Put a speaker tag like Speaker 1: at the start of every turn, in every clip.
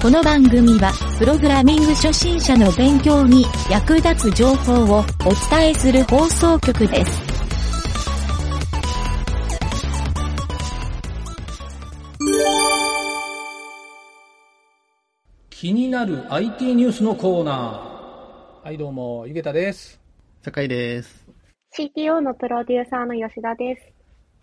Speaker 1: この番組は、プログラミング初心者の勉強に役立つ情報をお伝えする放送局です。
Speaker 2: 気になる IT ニュースのコーナー。はい、どうも、ゆげたです。
Speaker 3: 酒井です。
Speaker 4: CTO のプロデューサーの吉田です。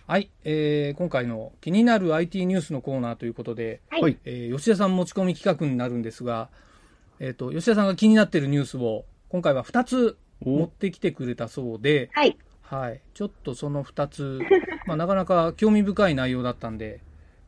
Speaker 2: はい、えー今回の気になる IT ニュースのコーナーということで、
Speaker 4: はい
Speaker 3: はい
Speaker 2: えー吉田さん持ち込み企画になるんですが、えっ、と、吉田さんが気になってるニュースを、今回は2つ持ってきてくれたそうで、
Speaker 4: はい。
Speaker 2: はい、ちょっとその2つ、 まあ、なかなか興味深い内容だったんで、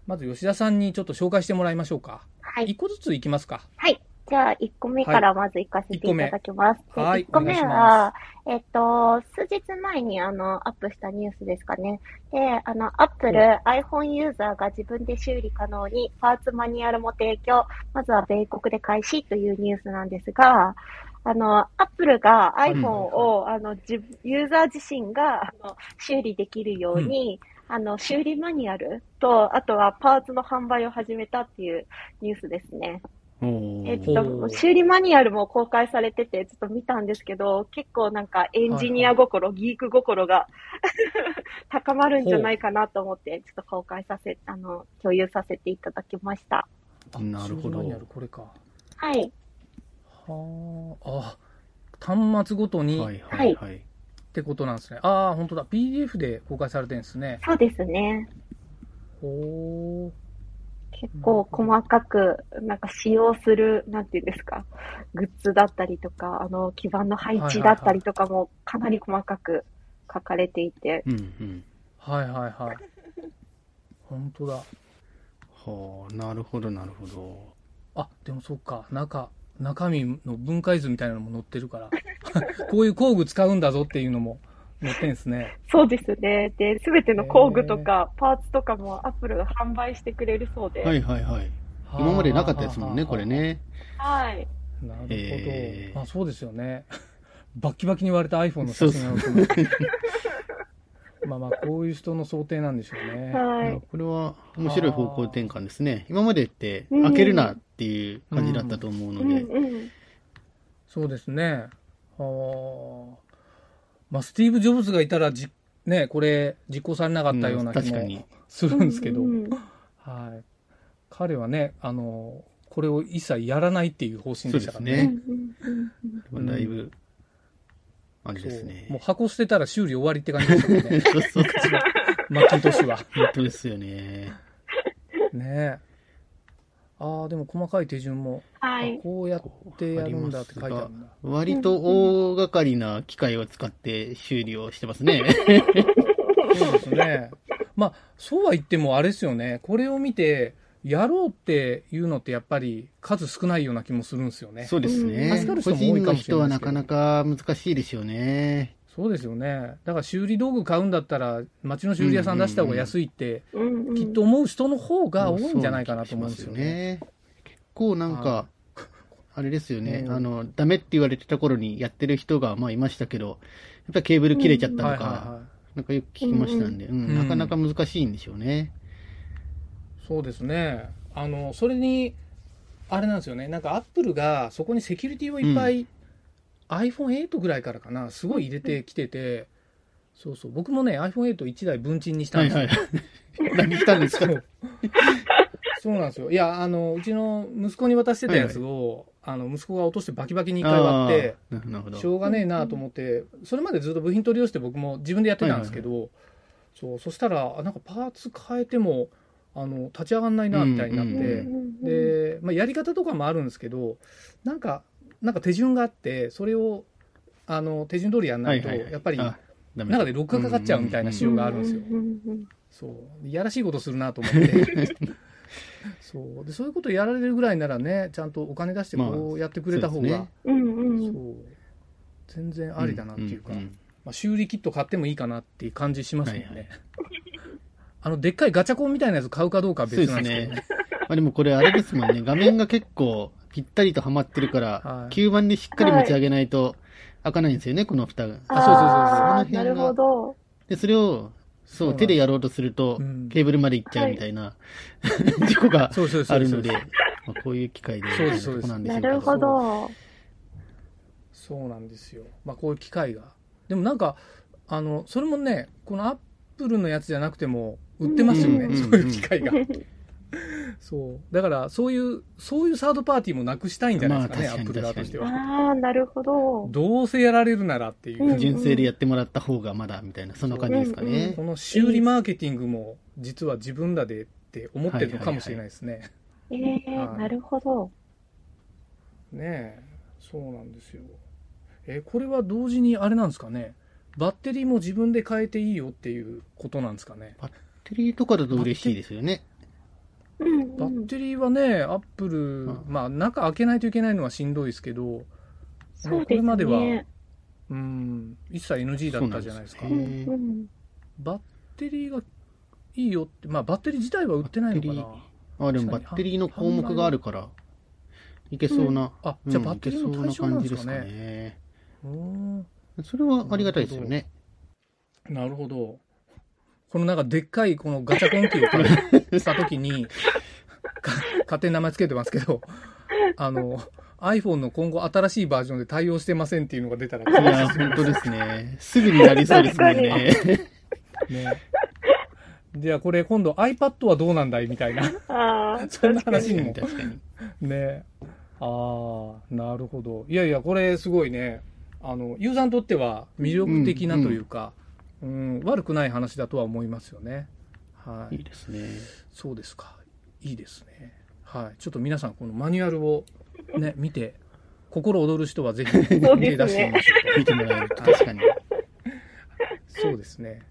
Speaker 2: まず吉田さんにちょっと紹介してもらいましょうか。
Speaker 4: はい
Speaker 2: 1。個ずついきますか。
Speaker 4: はい。じゃあ、1個目からまず行かせていただきます。で
Speaker 2: はい
Speaker 4: 1個
Speaker 2: お
Speaker 4: 目
Speaker 2: 願いし
Speaker 4: は
Speaker 2: ま、
Speaker 4: えっと、数日前にあの、アップしたニュースですかね。で、あの、アップル、iPhone ユーザーが自分で修理可能に、パーツマニュアルも提供、まずは米国で開始というニュースなんですが、あの、アップルが iPhone を、あの、自ユーザー自身が、あの、修理できるように、あの、修理マニュアルと、あとはパーツの販売を始めたっていうニュースですね。えっ
Speaker 2: ほ
Speaker 4: と、
Speaker 2: う
Speaker 4: 修理マニュアルも公開されてて、ちょっと見たんですけど、結構なんかエンジニア心、ギーク心が高まるんじゃないかなと思って、ちょっと公開させ、あの、共有させていただきました。
Speaker 2: あ
Speaker 3: なるほど
Speaker 2: シルバニアルこれか。
Speaker 4: はい。
Speaker 2: はあ、あ、端末ごとに
Speaker 3: は
Speaker 2: っ
Speaker 3: いはいはい。
Speaker 2: てことなんですね。ああ、本当だ。PDF で公開されてるんですね。
Speaker 4: そうですね。
Speaker 2: ほ
Speaker 4: 結構細かく、なんか使用する、なんていうんですか、グッズだったりとか、あの、基板の配置だったりとかもかなり細かく書かれていて、
Speaker 3: うんうん。
Speaker 2: う。はいはいはい。本当だ。
Speaker 3: はあ、なるほどなるほど。
Speaker 2: あ、でもそっか。中、中身の分解図みたいなのも載ってるから。 こういう工具使うんだぞっていうのも載ってんですね。
Speaker 4: そうですね。で、すべての工具とか、パーツとかもアップルが販売してくれるそうで。は。
Speaker 3: はいいはいはい。今までなかったですもんね、これ。ね。
Speaker 2: なるほど。
Speaker 3: えー
Speaker 2: あ、そうですよね。 バッキバキに割れた iPhone の写真が載ってますまあまあ、こういう人の想定なんでしょうね。
Speaker 4: はい。
Speaker 3: これは面白い方向転換ですね。今までって
Speaker 4: うん
Speaker 3: 開けるなっていう感じだったと思う
Speaker 4: う
Speaker 3: の
Speaker 4: ん
Speaker 3: で。
Speaker 4: うん。
Speaker 2: そうですね。はあ。まあ、スティーブ・ジョブズがいたらじ、ね、これ、実行されなかったような
Speaker 3: うん
Speaker 2: 気
Speaker 3: 確
Speaker 2: も
Speaker 3: かに
Speaker 2: するんですけど、
Speaker 4: うんうん
Speaker 2: はい。彼はね、あの、これを一切やらないっていう方針でしたから
Speaker 3: そう
Speaker 4: うんう
Speaker 3: ですね
Speaker 2: ね。
Speaker 4: んうんうん
Speaker 2: うん
Speaker 3: だいぶ、あれ
Speaker 2: そう
Speaker 3: ですね。
Speaker 2: もう箱捨てたら修理終わりって感じですよね。
Speaker 3: そうそう。
Speaker 2: マッキントッシュは。
Speaker 3: 本当ですよね。
Speaker 2: ねえ。ああ、でも細かい手順も、
Speaker 4: は
Speaker 2: あ
Speaker 4: い。
Speaker 2: こうやってやるんだって書いてあるんだ。
Speaker 3: 割と大掛かりな機械を使って修理をしてます ね。
Speaker 2: そうですね。まあ、そうは言ってもあれですよね。これを見て、やろうっていうのってやっぱり数少ないような気もするんですよね。
Speaker 3: そうですね。
Speaker 2: うん
Speaker 3: 個人の人はなかなか難しいですよね。
Speaker 2: そうですよね。だから修理道具買うんだったら、町の修理屋さん出した方が安いって、
Speaker 4: うんうん
Speaker 2: きっと思う人の方が多いんじゃないかなと思うんです
Speaker 3: そ
Speaker 2: よね。
Speaker 3: うな気がしますよね結構なん
Speaker 2: は
Speaker 3: か、あれですよね、
Speaker 2: うん
Speaker 3: あの、ダメって言われてた頃にやってる人がまあいましたけど、やっぱりケーブル切れちゃった
Speaker 2: は
Speaker 3: と
Speaker 2: いはい
Speaker 3: か、
Speaker 2: は
Speaker 3: なんかよく聞きましたんで、うん
Speaker 2: うん
Speaker 3: なかなか難しいんでしょうね。
Speaker 2: い。そうですね。あの、それに、あれなんですよね。なんかアップルがそこにセキュリティをいっぱい、iPhone8 ぐらいからかな、すごい入れてきてて、そうそう。僕もね、iPhone81 台分賃にしたん
Speaker 3: は
Speaker 2: で
Speaker 3: い
Speaker 2: すよ
Speaker 3: はい。 何したんですか
Speaker 2: そう。そうなんですよ。いや、あの、うちの息子に渡してたやつを、あの、息子が落としてバキバキに一回割って、
Speaker 3: あーなるほ
Speaker 2: し
Speaker 3: ど。
Speaker 2: ょうがねえなと思って、それまでずっと部品取り寄せて僕も自分でやってたんですけど、そう、そしたら、あなんかパーツ変えても、あの、立ち上がんないな、みたいになって、
Speaker 3: うんうん
Speaker 2: で、まあ、やり方とかもあるんですけど、なんか、なんか手順があって、それを、あの、手順通りやんないと、やっぱり、
Speaker 3: あダメだ
Speaker 2: 中でロックがかかっちゃうみたいな仕様があるんです
Speaker 4: う
Speaker 2: よ。
Speaker 4: んうんうん
Speaker 2: そういやらしいことするなと思って そうでそういうことやられるぐらいならねちゃんとお金出してこ
Speaker 3: ま
Speaker 2: うやってくれた方が、
Speaker 3: そうですね
Speaker 4: うんう。
Speaker 2: そうん全然ありだなっていうか、
Speaker 3: んん
Speaker 2: まあ、修理キット買ってもいいかなっていう感じしますもんね、
Speaker 3: はいは
Speaker 2: あのでっかいガチャコンみたいなやつ買うかどうかは別なんですけどね
Speaker 3: まあでもこれあれですも んね、画面が結構ぴったりとはまってるから、
Speaker 2: はい
Speaker 3: 吸盤でしっかり持ち上げないと開かないんですよね、この蓋が。
Speaker 4: あー
Speaker 2: あそうそうそうそう
Speaker 3: その辺が
Speaker 4: なるほど。
Speaker 3: で、それを、
Speaker 2: そ
Speaker 3: そ
Speaker 2: うな
Speaker 3: う、
Speaker 2: んです
Speaker 3: 手でやろうとすると、
Speaker 2: うん
Speaker 3: ケーブルまで行っちゃうみたいな、 事故が
Speaker 2: そうそうそ
Speaker 3: あ
Speaker 2: う
Speaker 3: る
Speaker 2: そ
Speaker 3: の
Speaker 2: う
Speaker 3: で、まあ、こういう機会で、
Speaker 2: そうです
Speaker 3: こなんでし
Speaker 4: な
Speaker 3: ょうけ
Speaker 4: る
Speaker 3: ど。
Speaker 4: ほど。
Speaker 2: そうなんですよ、まあ、こういう機会がでもなんかあのそれもねこのアップルのやつじゃなくても売ってますよね、
Speaker 4: うん
Speaker 2: そういう機会が、そうだからそういうそういうサードパーティーもなくしたいんじゃないですかね、
Speaker 3: まあ
Speaker 2: アッ
Speaker 3: 確
Speaker 2: プ
Speaker 3: か
Speaker 2: ル
Speaker 3: に
Speaker 2: 側としては
Speaker 4: ああ、なるほど。
Speaker 2: どうせやられるならっていう、
Speaker 4: うん
Speaker 3: 純正でやってもらった方がまだ、みたいな、そんな感じですかね
Speaker 2: こ。の修理マーケティングも実は自分らでって思ってるのかもしれないですね、
Speaker 4: ええ
Speaker 2: は
Speaker 4: ー、
Speaker 2: い
Speaker 4: なるほど。
Speaker 2: ねえそうなんですよえこれは同時にあれなんですかねバッテリーも自分で変えていいよっていうことなんですかね
Speaker 3: テレビとかだと嬉しいですよね。
Speaker 4: うんう
Speaker 2: バ
Speaker 4: ん
Speaker 2: ッ。テリーはねアップル、
Speaker 3: うん
Speaker 2: まあ中開けないといけないのはしんどいですけど
Speaker 4: そう
Speaker 2: こ
Speaker 4: で
Speaker 2: れ
Speaker 4: す
Speaker 2: までは
Speaker 4: ね。
Speaker 2: うん一切 NG だったじゃないです
Speaker 3: そ
Speaker 2: か
Speaker 4: う
Speaker 3: うなん
Speaker 4: ん
Speaker 3: ですね
Speaker 4: うん。
Speaker 2: バッテリーがいいよってまあバッテリー自体は売ってないのか
Speaker 3: バ
Speaker 2: な
Speaker 3: ッあ、でもバッテリーの項目があるから、いけそうな、
Speaker 2: あじゃあ
Speaker 3: うん
Speaker 2: バッテリーの対象なんですか
Speaker 3: いけそうな感じで
Speaker 2: ね、
Speaker 3: すかね。
Speaker 2: うん
Speaker 3: それはありがたいですよね。
Speaker 2: なるほど。このなんかでっかいこのガチャコンキを買 った時に、か勝手に名前つけてますけど、あの、iPhone の今後新しいバージョンで対応してませんっていうのが出たら
Speaker 3: いや、本当ですね。すぐになりそうですもんね。
Speaker 2: ね。じゃあこれ今度 iPad はどうなんだいみ たいな、
Speaker 4: ああ、
Speaker 2: そんな
Speaker 3: 確
Speaker 2: 話
Speaker 3: か
Speaker 2: に
Speaker 3: に
Speaker 2: も。
Speaker 3: 確かに。
Speaker 2: ね。ああ、なるほど。いやいや、これすごいね。あの、ユーザーにとっては魅力的なというか、うん悪くない話だとは思いますよね。はい
Speaker 3: い。いですね。
Speaker 2: そうですか。いいですね。はい。ちょっと皆さん、このマニュアルを ね、見て、心躍る人はぜひ手出
Speaker 4: そうですね
Speaker 2: してみましょ
Speaker 3: 見てもらえると確かに。
Speaker 2: う。そうですね。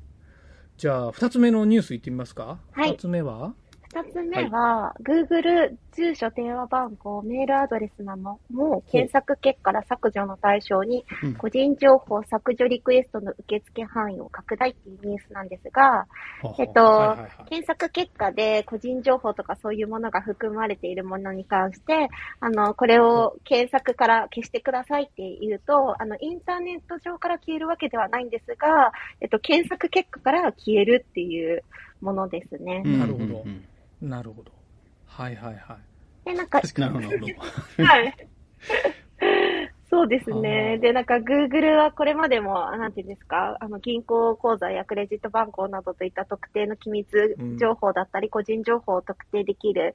Speaker 2: じゃあ、二つ目のニュースいってみますか。
Speaker 4: はい
Speaker 2: 二つ目は
Speaker 4: 二つ目は、Google 住所、電話番号、メールアドレスなども検索結果から削除の対象に
Speaker 3: うん、
Speaker 4: 個人情報削除リクエストの受付範囲を拡大っていうニュースなんですが、えっと
Speaker 2: はいはいはい
Speaker 4: 検索結果で個人情報とかそういうものが含まれているものに関して、あの、これを検索から消してくださいっていうと、あの、インターネット上から消えるわけではないんですが、えっと、検索結果から消えるっていうものですね。
Speaker 2: なるほど
Speaker 3: うん
Speaker 2: なるほど。はいはいはい。
Speaker 4: で、なんか、
Speaker 3: 確かになるほど。
Speaker 4: はい。そうです
Speaker 2: あ
Speaker 4: ね。
Speaker 2: ー
Speaker 4: で、なんか、Google はこれまでも、なんていうんですか、あの、銀行口座やクレジット番号などといった特定の機密情報だったり、個人情報を特定できる、うん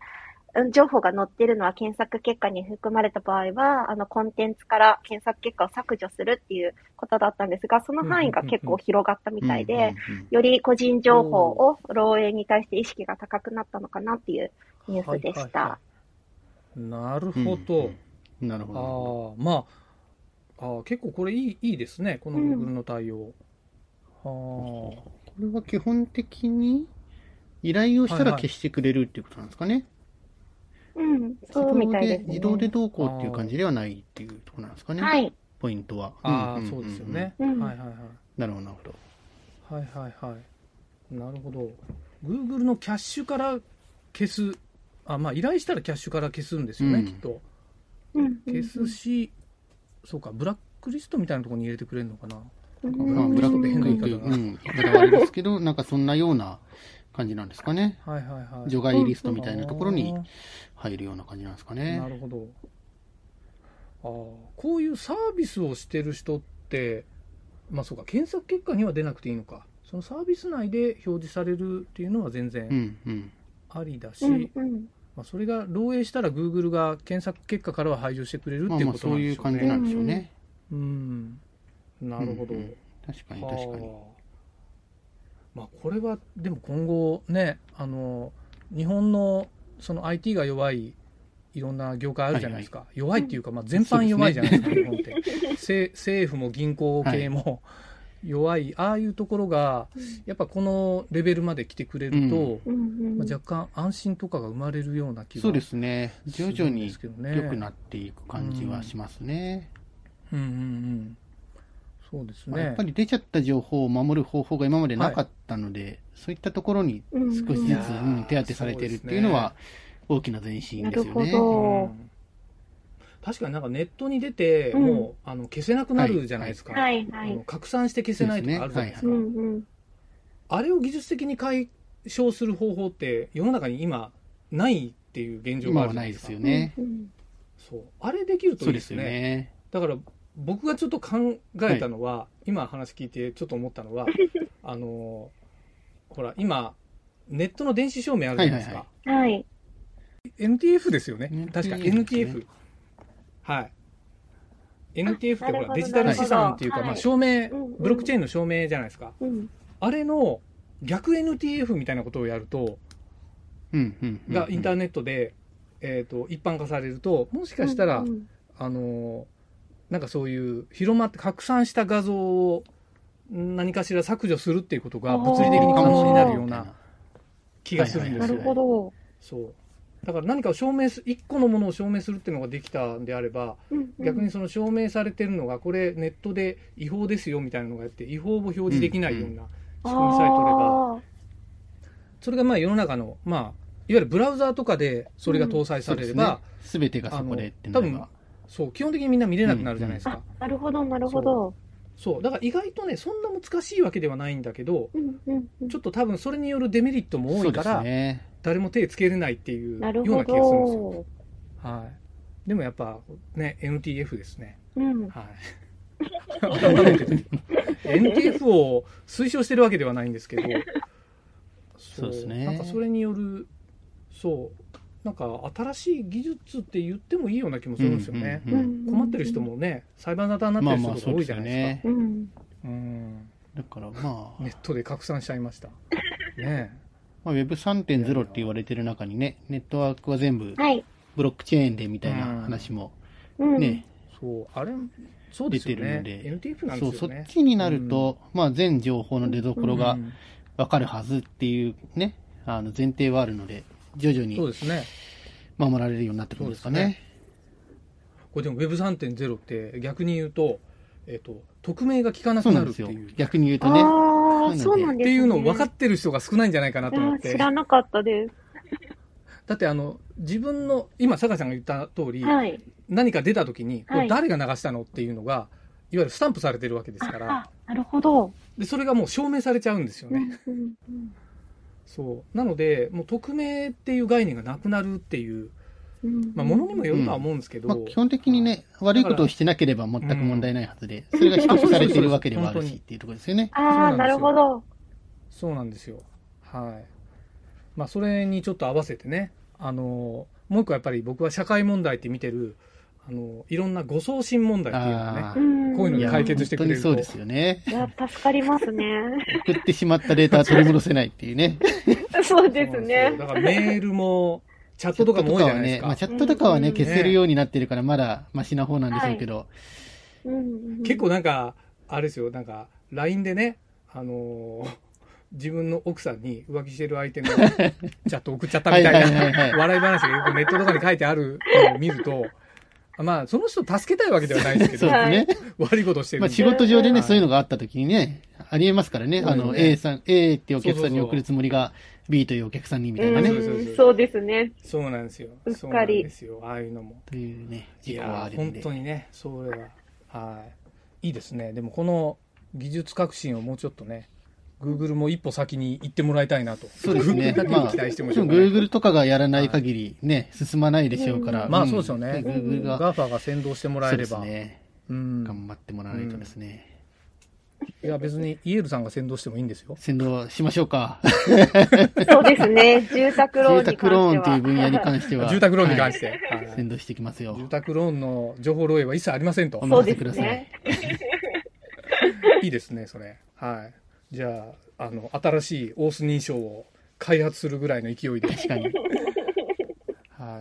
Speaker 4: 情報が載ってるのは検索結果に含まれた場合は、あの、コンテンツから検索結果を削除するっていうことだったんですが、その範囲が結構広がったみたいで、
Speaker 3: うんうんうん
Speaker 4: より個人情報を漏洩に対して意識が高くなったのかなっていうニュースでした。
Speaker 2: はいはいはいなるほど。
Speaker 3: うんなるほど。
Speaker 2: ああ、まあ、あー結構これいいいいですね。この
Speaker 4: うん
Speaker 2: Google の対応。は
Speaker 3: これは基本的に依頼をしたら消してくれるっていうことなんですかね。
Speaker 4: うん、そうみたいですね。
Speaker 3: 自動で自動でどうこうっていう感じではないっていうところなんですかね。
Speaker 4: はい。
Speaker 3: ポイントは。
Speaker 2: あ。ああ、
Speaker 3: んんんん
Speaker 2: そうですよね。
Speaker 4: うん
Speaker 2: はいはいはい。
Speaker 3: なるほど、なるほど。
Speaker 2: はいはいはい。なるほど。Google のキャッシュから消す。あ、まあ依頼したらキャッシュから消すんですよね、
Speaker 3: うん
Speaker 2: きっと。
Speaker 4: うんうん
Speaker 2: 消すし、そうか、ブラックリストみたいなところに入れてくれるのかな。
Speaker 4: うん
Speaker 3: まあ、ブラック
Speaker 2: 変な言い方
Speaker 3: とい
Speaker 2: だ
Speaker 3: う、
Speaker 2: な
Speaker 3: うん、言い方はあれですけど、なんかそんなような感じなんですかね。
Speaker 2: はいはいはい。
Speaker 3: 除外リストみたいなところに
Speaker 2: あ
Speaker 3: 入るような感じなんですか
Speaker 2: ー
Speaker 3: ね
Speaker 2: な。るほど。ああ、こういうサービスをしてる人って、まあそうか、検索結果には出なくていいのか。そのサービス内で表示されるっていうのは全
Speaker 3: う
Speaker 2: 然
Speaker 3: ん、うん。
Speaker 2: ありだし、
Speaker 4: うんうん
Speaker 2: まあ、それが漏洩したら Google が検索結果からは排除してくれる
Speaker 3: まあ
Speaker 2: っていう
Speaker 3: まあ、
Speaker 2: こと
Speaker 3: そ
Speaker 2: な
Speaker 3: うん
Speaker 2: で
Speaker 3: いう
Speaker 2: しょう
Speaker 3: 感
Speaker 2: ね。
Speaker 3: じなんでしょうね。
Speaker 2: うん、なるほど。
Speaker 3: うんうん確かに、
Speaker 2: は
Speaker 3: 確かに。
Speaker 2: あまあ、これはでも今後ね、あの日本のその IT が弱いいろんな業界あるじゃないですか、弱いっていうか、まあ、全般弱いじゃないですか、日本って、せ政府も銀行系も、弱いああいうところがやっぱこのレベルまで来てくれると、
Speaker 4: うんうん
Speaker 2: まあ、若干安心とかが生まれるような気が
Speaker 3: そうですね。徐々に
Speaker 2: するんですけどね
Speaker 3: 良くなっていく感じはしますね。
Speaker 2: うんうんうんそうです
Speaker 3: まあ
Speaker 2: ね
Speaker 3: やっぱり出ちゃった情報を守る方法が今までなかったので、そういったところに
Speaker 4: うん
Speaker 3: 少しずつ、
Speaker 2: いや
Speaker 3: う
Speaker 2: ー
Speaker 3: ん手当てされてるっていうのは大きな前進ですよ
Speaker 4: なる
Speaker 3: ね。
Speaker 4: ほど
Speaker 2: うん確かになんかネットに出て、
Speaker 4: うん
Speaker 2: もうあの消せなくなるじゃないですか、
Speaker 4: はいは
Speaker 2: あの
Speaker 4: い。
Speaker 2: 拡散して消せないとかあるじゃないですか
Speaker 4: うんうん。
Speaker 2: あれを技術的に解消する方法って世の中に今ないっていう現状
Speaker 3: 今
Speaker 2: があ
Speaker 3: は
Speaker 2: るじゃ
Speaker 3: な
Speaker 2: ない
Speaker 3: い
Speaker 2: で
Speaker 3: ですす
Speaker 2: か
Speaker 3: よね。
Speaker 4: うんうん。
Speaker 2: そうあれできる
Speaker 3: そ
Speaker 2: といいうで
Speaker 3: ですす
Speaker 2: ね
Speaker 3: よね。
Speaker 2: だから僕がちょっと考えたのは、今話聞いてちょっと思った のはあのほら今ネットの電子証明あるじゃないですか、
Speaker 3: はいは
Speaker 4: はい。
Speaker 2: NTF ですよね
Speaker 3: NTF
Speaker 2: 確か
Speaker 3: ですね
Speaker 2: NTF はい NTF ってほ
Speaker 4: なるほ
Speaker 2: ら
Speaker 4: ど
Speaker 2: デジタル資産っていうか、
Speaker 4: なる
Speaker 2: ま
Speaker 4: ほ
Speaker 2: あ、
Speaker 4: ど
Speaker 2: 証明
Speaker 4: うんうん
Speaker 2: ブロックチェーンの証明じゃないですか
Speaker 4: うん。
Speaker 2: あれの逆 NTF みたいなことをやると
Speaker 3: うんうんうん
Speaker 2: がインター
Speaker 3: ネ
Speaker 2: ネットで、えー、と一般化されるともしかしたら、
Speaker 4: うんうん
Speaker 2: あのなんかそういう広まって拡散した画像を何かしら削除するっていうことが物理的に可能になるような気がするんで
Speaker 4: な
Speaker 2: す
Speaker 4: る
Speaker 2: よ。
Speaker 4: ほど。
Speaker 2: そうだから何かを証明す1個のものを証明するっていうのができたんであれば
Speaker 4: うんうん
Speaker 2: 逆にその証明されてるのがこれネットで違法ですよみたいなのがあって違法を表示できないような仕組みさえ取れば
Speaker 4: あ
Speaker 2: それがまあ世の中の、まあ、いわゆるブラウザーとかでそれが搭載されれば、
Speaker 3: すべてがそこでってなれ
Speaker 2: あの
Speaker 3: ば。
Speaker 2: そう基本的にみんな見れなくなるじゃないです
Speaker 4: ー
Speaker 2: か、
Speaker 4: あ、なるほど、なるほど。
Speaker 2: そうだから意外とねそんな難しいわけではないんだけど
Speaker 4: うんうんうん
Speaker 2: ちょっと多分それによるデメリットも多いか
Speaker 3: そう
Speaker 2: ら、
Speaker 3: ですね。
Speaker 2: 誰も手つけれないっていうよ
Speaker 4: な
Speaker 2: う
Speaker 4: る
Speaker 2: な気
Speaker 4: ほ
Speaker 2: がするんですよ、
Speaker 4: ど。
Speaker 2: はい、でもやっぱね NTF ですね
Speaker 4: うん。
Speaker 2: はい頭出てる NTF を推奨してるわけではないんですけど
Speaker 3: そうですね
Speaker 2: なんかそれによるそうなんか新しい技術って言ってもいいような気もするんですよね、
Speaker 3: うんうんうん
Speaker 2: 困ってる人。もね裁判沙汰に
Speaker 3: まあ
Speaker 2: なって
Speaker 3: ま
Speaker 2: る
Speaker 3: あ
Speaker 2: 人
Speaker 3: そ
Speaker 2: が
Speaker 3: う
Speaker 2: 多
Speaker 3: で
Speaker 2: い
Speaker 3: す
Speaker 2: じゃ
Speaker 3: よ
Speaker 2: ないです
Speaker 4: う。
Speaker 3: ね
Speaker 4: ん。
Speaker 2: かうん
Speaker 3: だからまあ、
Speaker 2: ネットで拡散しちゃいましたね
Speaker 3: まあ、Web3.0 って言われてる中にね、ネットワークは全部
Speaker 4: はい。
Speaker 3: ブロックチェーンでみたいな話も
Speaker 4: うん。
Speaker 3: ね、
Speaker 2: そうあれそうで
Speaker 3: 出
Speaker 2: すよ
Speaker 3: てる
Speaker 2: ね
Speaker 3: ので、
Speaker 2: NTF なん
Speaker 3: そ
Speaker 2: で
Speaker 3: う
Speaker 2: す
Speaker 3: そ
Speaker 2: よ
Speaker 3: っ
Speaker 2: ね
Speaker 3: ちになると、まあ、全情報の出所
Speaker 2: う
Speaker 3: が
Speaker 2: ん
Speaker 3: わかるはずっていうね、あの前提はあるので、徐々
Speaker 2: そう
Speaker 3: に
Speaker 2: ですね
Speaker 3: 守られるようになってくるんですか
Speaker 2: そうで
Speaker 3: ね。
Speaker 2: これでも Web3.0 って逆に言うと,、えっと匿名が効かな
Speaker 3: そ
Speaker 2: く
Speaker 3: う
Speaker 2: な
Speaker 3: なん
Speaker 2: る
Speaker 3: で
Speaker 2: って
Speaker 3: すよ
Speaker 2: いう。
Speaker 3: 逆に言うとね、
Speaker 4: ああ、そ
Speaker 3: そうう
Speaker 4: な
Speaker 3: なんん
Speaker 4: で
Speaker 2: って
Speaker 4: す
Speaker 2: いうのを分
Speaker 4: 分
Speaker 2: かってる人が少ないんじゃないかなと思って
Speaker 4: 知らなかったで
Speaker 2: だってあの自分の今坂井さんが言った通り、
Speaker 4: す。はい。
Speaker 2: 何か出た時にこ
Speaker 4: は
Speaker 2: れ
Speaker 4: い
Speaker 2: 誰が流したのっていうのがいわゆるスタンプされてるわけですから、
Speaker 4: あ、なるほど。
Speaker 2: でそれがもう証明されちゃうんですよ
Speaker 4: う
Speaker 2: ね、
Speaker 4: んうんうん
Speaker 2: そうなのでもう匿名っていう概念がなくなるっていう、
Speaker 4: うん
Speaker 2: まあ、ものにもよるとは思うんですけど、
Speaker 3: まあ、基本的にね、悪いことをしてなければ全く問題ないはずで、それが指摘されてるわけではあるしっていうところですよね。
Speaker 4: ああ、
Speaker 2: そうなんで
Speaker 4: な
Speaker 2: すよ
Speaker 4: るほど。
Speaker 2: そうなんですよはいまあそれにちょっと合わせてねあのもう一個やっぱり僕は社会問題って見てるあのいろんな誤送信問題っていうのをね
Speaker 3: あ
Speaker 4: う
Speaker 3: ー
Speaker 4: ん。
Speaker 2: こういうの
Speaker 3: い
Speaker 2: で
Speaker 3: や
Speaker 2: 解決してくれると
Speaker 3: 本当にそうですよね。
Speaker 4: いや、助かりますね。
Speaker 3: 送ってしまったデータは取り戻せないっていう ね。
Speaker 4: そうで
Speaker 2: そ
Speaker 4: す
Speaker 2: うなん
Speaker 4: ね
Speaker 2: よ。だからメールもチャットとかも多いじゃないですか、
Speaker 3: チャットとかはね、まあ、チ
Speaker 4: うん
Speaker 3: ャットとかはね、消せるようになってるから、まだマシな方なんでしょうけど、
Speaker 4: うんうん
Speaker 2: 結構なんかあれですよなんか LINE でねあのー自分の奥さんに浮気してる 相手のチャット送っちゃったみた
Speaker 3: はいはいいはい
Speaker 2: な
Speaker 3: は
Speaker 2: 笑い話がよくネットとかに書いてあるのを見るとまあその人を助けたいわけではないですけ
Speaker 3: そう
Speaker 2: ど
Speaker 3: です
Speaker 4: はい
Speaker 3: ね。
Speaker 2: 悪いことしてる
Speaker 3: まあ、
Speaker 2: んで
Speaker 3: 仕事上で
Speaker 2: は
Speaker 3: ね、
Speaker 2: い
Speaker 3: そういうのがあった時にね、ありえますからね、あ
Speaker 2: そう
Speaker 3: の、
Speaker 2: ですね
Speaker 3: A さん、A っていうお客さんに
Speaker 2: そうそうそう
Speaker 3: 送るつもりが、B というお客さんにみたいな
Speaker 4: う、
Speaker 3: ね、
Speaker 2: そうそうそうん
Speaker 4: そうですね。
Speaker 2: そうなんですよ
Speaker 4: うっ
Speaker 2: そうな
Speaker 4: か
Speaker 2: ん
Speaker 4: り
Speaker 2: ですよああいうのも
Speaker 3: というね、
Speaker 2: い
Speaker 3: 事故はあ
Speaker 2: や
Speaker 3: るん
Speaker 2: 本
Speaker 3: で。
Speaker 2: 当にねそれははいいいですねでもこの技術革新をもうちょっとね Google も一歩先に行ってもらいたいなと
Speaker 3: そうですね
Speaker 2: Google だけに期待してもしょうがない
Speaker 3: Google とかがやらない限りね、進まないでしょうから。
Speaker 2: まあそうですよね
Speaker 3: Google が、
Speaker 2: ガーファが先導してもら
Speaker 3: そ
Speaker 2: え
Speaker 3: う
Speaker 2: れ
Speaker 3: です
Speaker 2: ば。
Speaker 3: ね。
Speaker 2: うん
Speaker 3: 頑張ってもらわないとですね。
Speaker 2: いや、別にイエールさんが先導してもいいんですよ。
Speaker 3: 先導しましょうか。
Speaker 4: そうですね。住宅ローンに関しては。
Speaker 3: 住宅ローンという分野に関しては。
Speaker 2: 住宅ローンに関
Speaker 3: て。
Speaker 2: して。はい
Speaker 3: 先導していきますよ。
Speaker 2: 住宅ローンの情報漏洩は一切ありませんと
Speaker 3: お。
Speaker 4: そ
Speaker 3: 任
Speaker 4: うで
Speaker 3: せ
Speaker 4: す
Speaker 3: ください。
Speaker 4: ね。
Speaker 2: いいですね、それ。はい。じゃあ、あの、新しいオース認証を開発するぐらいの勢いで。
Speaker 3: 確かに。
Speaker 2: は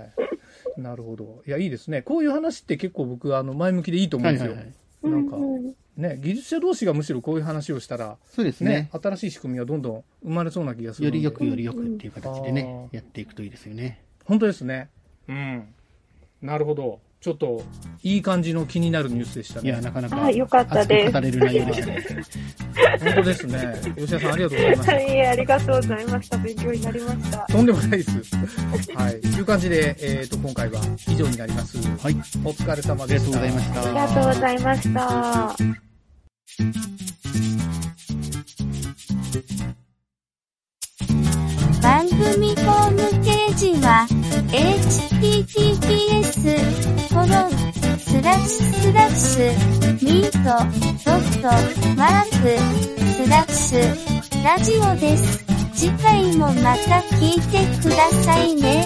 Speaker 2: い。なるほど。いや、いいですね。こういう話って結構僕、あの、前向きでいいと思う
Speaker 3: は
Speaker 2: ん
Speaker 3: い
Speaker 2: です
Speaker 3: はい
Speaker 2: よ。
Speaker 3: はい。
Speaker 2: なんか
Speaker 4: うんうん
Speaker 2: ね、技術者同士がむしろこういう話をしたら、
Speaker 5: そうです
Speaker 2: ね
Speaker 5: ね、
Speaker 2: 新しい仕組みがどんどん生まれそうな気がする
Speaker 5: よ
Speaker 2: ので
Speaker 5: りよくよりよくっていう形で
Speaker 2: うん
Speaker 5: ね、やっていくといいですよね。
Speaker 2: 本当ですね。うん。なるほど。ちょっと、いい感じの気になるニュースでした
Speaker 5: い
Speaker 2: ね。
Speaker 5: や、なかなか
Speaker 4: あ、よかった
Speaker 5: 熱く
Speaker 4: です
Speaker 5: 語。れる内容でしたね。
Speaker 2: 本当ですね。吉田さん、ありがとうございま
Speaker 4: は
Speaker 2: す。
Speaker 4: い、ありがとうございました。勉強になりました。
Speaker 2: とんでもないです。はい。という感じで、えっ、と、今回は以上になります。
Speaker 5: はい、
Speaker 2: お疲れ様
Speaker 5: あ
Speaker 2: で
Speaker 5: りがと
Speaker 2: し
Speaker 5: うご
Speaker 2: た。
Speaker 5: ざいました。
Speaker 4: ありがとうございました。
Speaker 6: 番組ホームページは https コロンスラッシュスラッシュミートドットマークスラッシュラジオです。次回もまた聞いてくださいね。